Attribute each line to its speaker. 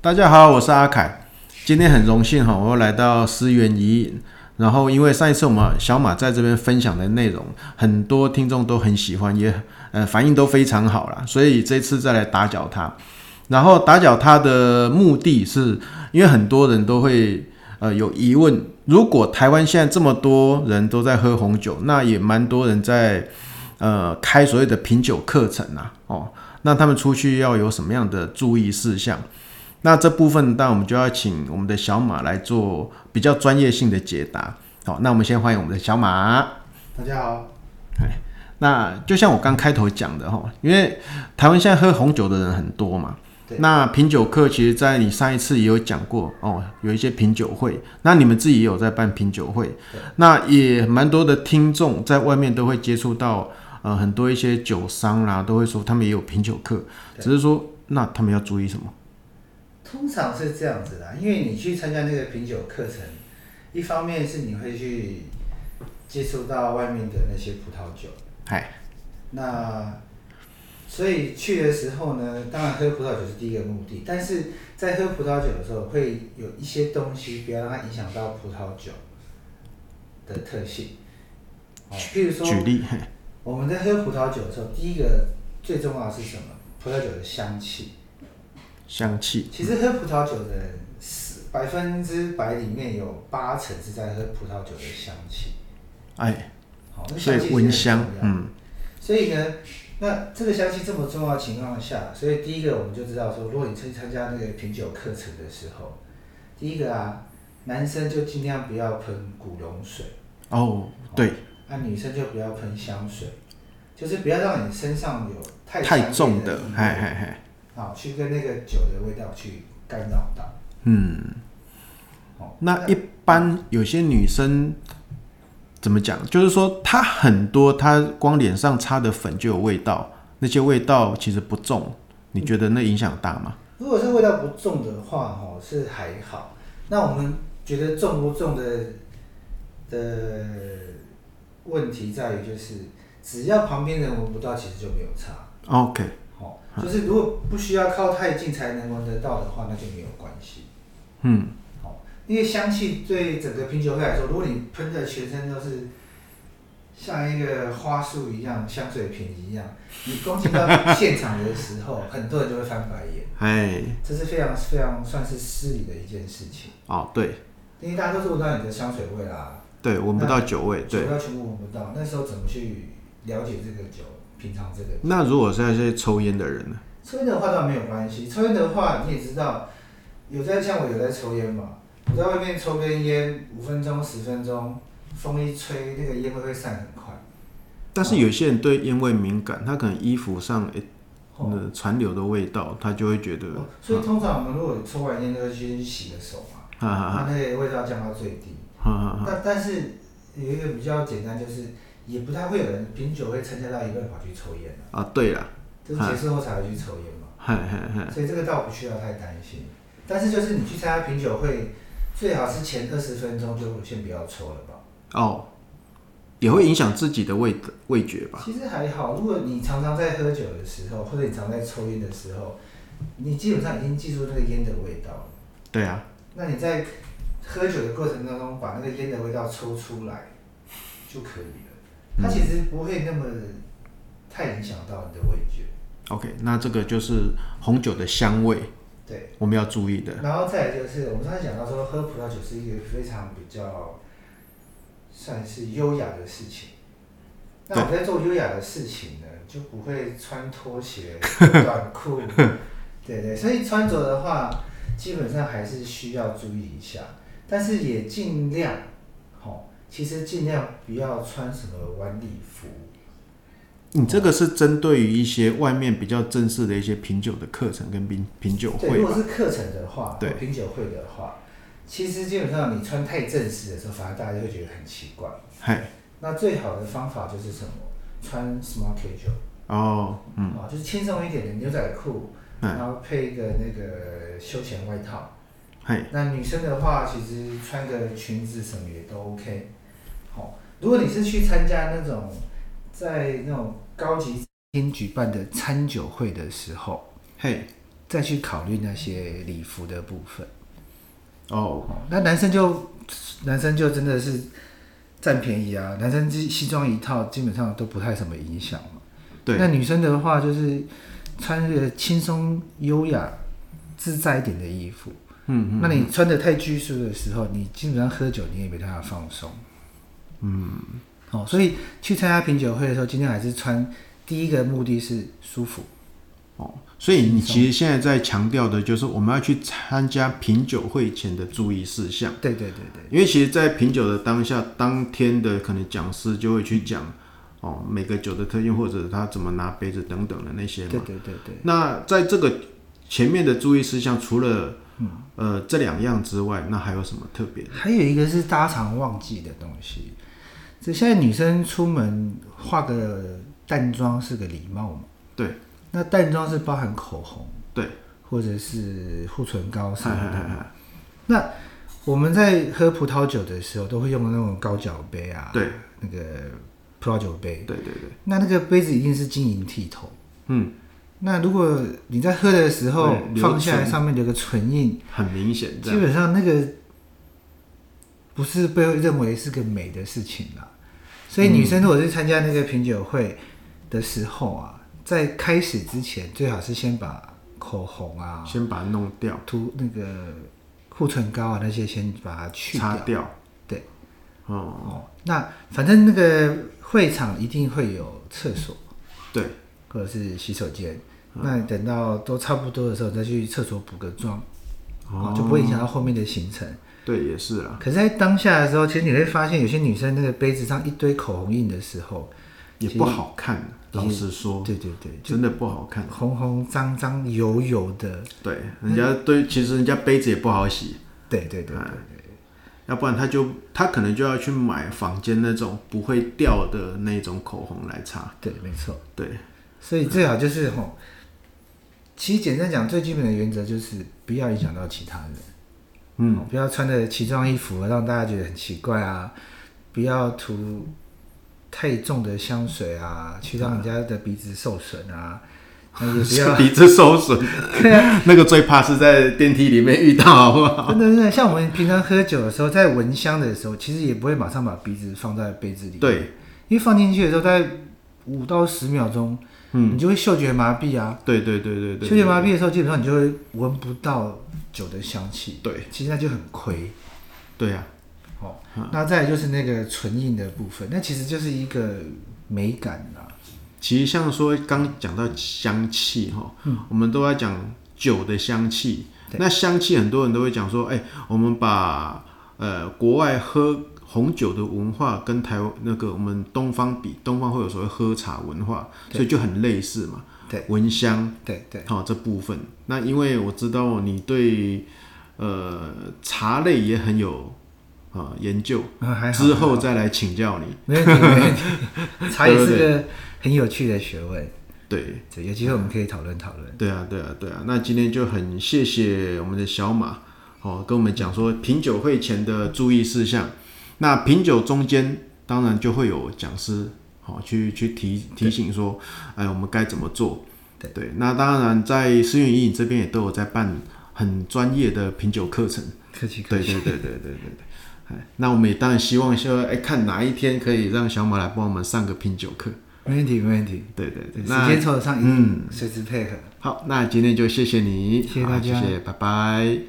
Speaker 1: 大家好，我是阿凯。今天很荣幸哈，我又来到思源仪。然后，因为上一次我们小马在这边分享的内容，很多听众都很喜欢，也呃反应都非常好啦，所以这次再来打搅他。然后打搅他的目的是，因为很多人都会呃有疑问，如果台湾现在这么多人都在喝红酒，那也蛮多人在呃开所谓的品酒课程啊，哦，那他们出去要有什么样的注意事项？那这部分，当然我们就要请我们的小马来做比较专业性的解答。好，那我们先欢迎我们的小马。
Speaker 2: 大家好，
Speaker 1: 那就像我刚开头讲的哈，因为台湾现在喝红酒的人很多嘛
Speaker 2: 对，
Speaker 1: 那品酒课其实，在你上一次也有讲过哦，有一些品酒会，那你们自己也有在办品酒会，那也蛮多的听众在外面都会接触到呃很多一些酒商啦，都会说他们也有品酒课，只是说那他们要注意什么？
Speaker 2: 通常是这样子的，因为你去参加那个品酒课程，一方面是你会去接触到外面的那些葡萄酒，
Speaker 1: 哎，
Speaker 2: 那所以去的时候呢，当然喝葡萄酒是第一个目的，但是在喝葡萄酒的时候，会有一些东西不要让它影响到葡萄酒的特性，哦，譬如说
Speaker 1: 举例，嘿
Speaker 2: 我们在喝葡萄酒的时候，第一个最重要的是什么？葡萄酒的香气。
Speaker 1: 香气，
Speaker 2: 其实喝葡萄酒的人是百分之百里面有八成是在喝葡萄酒的香气，
Speaker 1: 哎。
Speaker 2: 好，那
Speaker 1: 所
Speaker 2: 香气
Speaker 1: 以蚊香
Speaker 2: 是，很重要。
Speaker 1: 嗯，
Speaker 2: 所以呢，那这个香气这么重要的情况下，所以第一个我们就知道说，如果你去参加那个品酒课程的时候，第一个啊，男生就尽量不要喷古龙水，
Speaker 1: 哦，对，
Speaker 2: 那、女生就不要喷香水，就是不要让你身上有太
Speaker 1: 太重
Speaker 2: 的
Speaker 1: 的，
Speaker 2: 异
Speaker 1: 嗨
Speaker 2: 味，
Speaker 1: 嗨嗨，
Speaker 2: 好，去跟那个酒的味道去干扰到。
Speaker 1: 嗯，
Speaker 2: 哦，
Speaker 1: 那一般有些女生怎么讲？就是说她很多，她光脸上擦的粉就有味道，那些味道其实不重，你觉得那影响大吗？
Speaker 2: 如果是味道不重的话，哦，是还好。那我们觉得重不重的的问题在于，就是只要旁边人闻不到，其实就没有差。
Speaker 1: ？OK，
Speaker 2: 哦，就是如果不需要靠太近才能闻得到的话，那就没有关系。
Speaker 1: 嗯，
Speaker 2: 哦，因为香气对整个品酒会来说，如果你喷的全身都是像一个花束一样、香水瓶一样，你攻击到现场的时候，很多人就会翻白眼。
Speaker 1: 哎，
Speaker 2: 这是非常非常算是失礼的一件事情，
Speaker 1: 哦，对，
Speaker 2: 因为大家都闻不到你的香水味啦，
Speaker 1: 对，闻不到酒味，
Speaker 2: 酒
Speaker 1: 对。
Speaker 2: 要全部闻不到，那时候怎么去了解这个酒，品尝这个？
Speaker 1: 那如果是那些抽烟的人呢？
Speaker 2: 抽烟的话倒没有关系，抽烟的话你也知道，有在像我有在抽烟嘛，我在外面抽根烟五分钟十分钟，风一吹那个烟味会散很快，
Speaker 1: 但是有些人对烟味敏感，他可能衣服上诶
Speaker 2: 哦
Speaker 1: 那残留的味道，他就会觉得，
Speaker 2: 哦所以通常我们如果抽完烟都会先去洗个手嘛，
Speaker 1: 哈哈啊哈
Speaker 2: 把那个味道降到最低。
Speaker 1: 哈哈哈，
Speaker 2: 但但是有一个比较简单，就是也不太会有人品酒会参加到一半跑去抽烟的、
Speaker 1: 啊，对啦。
Speaker 2: 就是结束后才会去抽烟嘛，
Speaker 1: 嗨嗨嗨，
Speaker 2: 所以这个倒不需要太担心。但是就是你去参加品酒会，最好是前二十分钟就先不要抽了吧。
Speaker 1: 哦，也会影响自己的味味觉吧？
Speaker 2: 其实还好，如果你常常在喝酒的时候，或者你常在抽烟的时候，你基本上已经记住那个烟的味道了。
Speaker 1: 对啊，
Speaker 2: 那你在喝酒的过程当中，把那个烟的味道抽出来就可以了。它其实不会那么太影响到你的味觉。
Speaker 1: OK，那这个就是红酒的香味，
Speaker 2: 对，
Speaker 1: 我们要注意的。
Speaker 2: 然后再来就是我们刚才讲到说，喝葡萄酒是一个非常比较算是优雅的事情。那我们在做优雅的事情呢，就不会穿拖鞋、 短裤，对对，所以穿着的话，基本上还是需要注意一下，但是也尽量，吼、其实尽量不要穿什么晚礼服，
Speaker 1: 你这个是针对于一些外面比较正式的一些品酒的课程跟品品酒
Speaker 2: 对，
Speaker 1: 会
Speaker 2: 如
Speaker 1: 吧
Speaker 2: 果？是课程的话，哦
Speaker 1: 对
Speaker 2: 品酒会的话，其实基本上你穿太正式的时候，反而大家就会觉得很奇怪。
Speaker 1: 嗨，
Speaker 2: 那最好的方法就是什么？穿 smart casual，、
Speaker 1: 哦，嗯，
Speaker 2: 啊，就是轻松一点的牛仔裤，
Speaker 1: 嗯
Speaker 2: 然后配一个那个休闲外套。
Speaker 1: 嗨，
Speaker 2: 那女生的话，其实穿个裙子什么也都 OK。好、如果你是去参加那种在那种高级厅举办的餐酒会的时候，
Speaker 1: 嘿，
Speaker 2: 再去考虑那些礼服的部分。
Speaker 1: 哦，
Speaker 2: 哦那男生就男生就真的是占便宜啊，男生西西装一套基本上都不太什么影响嘛。
Speaker 1: 对
Speaker 2: 那女生的话就是穿着轻松、优雅、自在一点的衣服。
Speaker 1: 嗯嗯，
Speaker 2: 那你穿的太拘束的时候，你基本上喝酒你也没办法放松。嗯，哦，所以去参加品酒会的时候，今天还是穿第一个目的是舒服。
Speaker 1: 哦，所以你其实现在在强调的就是我们要去参加品酒会前的注意事项。
Speaker 2: 对对对对，
Speaker 1: 因为其实，在品酒的当下，当天的可能讲师就会去讲哦，每个酒的特性或者他怎么拿杯子等等的那些
Speaker 2: 对
Speaker 1: 嘛。
Speaker 2: 对对对，
Speaker 1: 那在这个前面的注意事项，除了、
Speaker 2: 嗯
Speaker 1: 呃这两样之外，那还有什么特别？
Speaker 2: 还有一个是大家常忘记的东西，这现在女生出门化个淡妆是个礼貌嘛？
Speaker 1: 对，
Speaker 2: 那淡妆是包含口红，
Speaker 1: 对，
Speaker 2: 或者是护唇膏什
Speaker 1: 嗨
Speaker 2: 么
Speaker 1: 嗨
Speaker 2: 的
Speaker 1: 嗨
Speaker 2: 嘛。
Speaker 1: 嗨
Speaker 2: 那我们在喝葡萄酒的时候，都会用那种高脚杯啊，
Speaker 1: 嗯对，
Speaker 2: 那个葡萄酒杯，
Speaker 1: 对对对，
Speaker 2: 那那个杯子一定是晶莹剔透。
Speaker 1: 嗯，
Speaker 2: 那如果你在喝的时候
Speaker 1: 对留
Speaker 2: 放下来，
Speaker 1: 唇
Speaker 2: 上面留个唇印，
Speaker 1: 很明显这
Speaker 2: 基
Speaker 1: 样。
Speaker 2: 本上那个不是被认为是个美的事情啦。所以女生如果是参加那个品酒会的时候啊，在开始之前最好是先把口红啊、
Speaker 1: 先把它弄掉，
Speaker 2: 涂那个护唇膏啊那些先把它去
Speaker 1: 擦
Speaker 2: 掉。
Speaker 1: 掉。
Speaker 2: 对，
Speaker 1: 哦，
Speaker 2: 哦，那反正那个会场一定会有厕所
Speaker 1: 对，
Speaker 2: 或者是洗手间。
Speaker 1: 嗯
Speaker 2: 那你等到都差不多的时候，再去厕所补个妆，哦，就不会影响到后面的行程。
Speaker 1: 对，也是啦，
Speaker 2: 可是，在当下的时候，其实你会发现，有些女生那个杯子上一堆口红印的时候，
Speaker 1: 也不好看。老实说，
Speaker 2: 对对对，
Speaker 1: 真的不好看。
Speaker 2: 红红脏脏油油的，
Speaker 1: 对，人家对，其实人家杯子也不好洗，
Speaker 2: 对对对对
Speaker 1: 要不然他就他可能就要去买坊间那种不会掉的那种口红来擦。
Speaker 2: 对，没错。
Speaker 1: 对，
Speaker 2: 所以最好就是吼，其实简单讲，最基本的原则就是不要影响到其他人，
Speaker 1: 嗯，
Speaker 2: 哦不要穿的奇装异服让大家觉得很奇怪啊，不要涂太重的香水啊，去让人家的鼻子受损啊，那也不 要啊
Speaker 1: 鼻子受损，那个最怕是在电梯里面遇到，好不好？
Speaker 2: 真的真的，像我们平常喝酒的时候，在闻香的时候，其实也不会马上把鼻子放在杯子里，，
Speaker 1: 对，
Speaker 2: 因为放进去的时候，大概五到十秒钟，
Speaker 1: 嗯，
Speaker 2: 你就会嗅觉麻痹啊。
Speaker 1: 对对对对对，
Speaker 2: 嗅觉麻痹的时候，基本上你就会闻不到酒的香气，
Speaker 1: 对
Speaker 2: 其实那就很亏
Speaker 1: 对啊，
Speaker 2: 哦。那再来就是那个唇印的部分，那其实就是一个美感啦、
Speaker 1: 其实像说刚讲到香气哈，
Speaker 2: 嗯
Speaker 1: 我们都在讲酒的香气。那香气很多人都会讲说，哎、我们把呃国外喝红酒的文化跟台湾那个我们东方比，东方会有所谓喝茶文化，所以就很类似嘛。
Speaker 2: 对，
Speaker 1: 闻香，
Speaker 2: 对对
Speaker 1: 好、这部分。那因为我知道你对呃茶类也很有啊、呃研究，
Speaker 2: 嗯还好
Speaker 1: 之后再来请教你。
Speaker 2: 没问题 没问题，茶也是个很有趣的学问，
Speaker 1: 对，
Speaker 2: 对，有机会我们可以讨论讨论。
Speaker 1: 对啊，对啊，对啊。那今天就很谢谢我们的小马，哦，跟我们讲说品酒会前的注意事项。那品酒中间当然就会有讲师，好、去去提提醒说，哎，我们该怎么做？对对。那当然，在思源影这边也都有在办很专业的品酒课程。
Speaker 2: 客气客
Speaker 1: 对
Speaker 2: 气，
Speaker 1: 对对对对对对。哎，那我们也当然希望说，哎，看哪一天可以让小马来帮我们上个品酒课。
Speaker 2: 没问题没问题。
Speaker 1: 对对对
Speaker 2: 对，，时
Speaker 1: 那
Speaker 2: 间凑得上，
Speaker 1: 嗯
Speaker 2: 嗯，随时配合。
Speaker 1: 好，那今天就谢谢你，
Speaker 2: 谢谢
Speaker 1: 好
Speaker 2: 大家
Speaker 1: 谢谢，拜拜。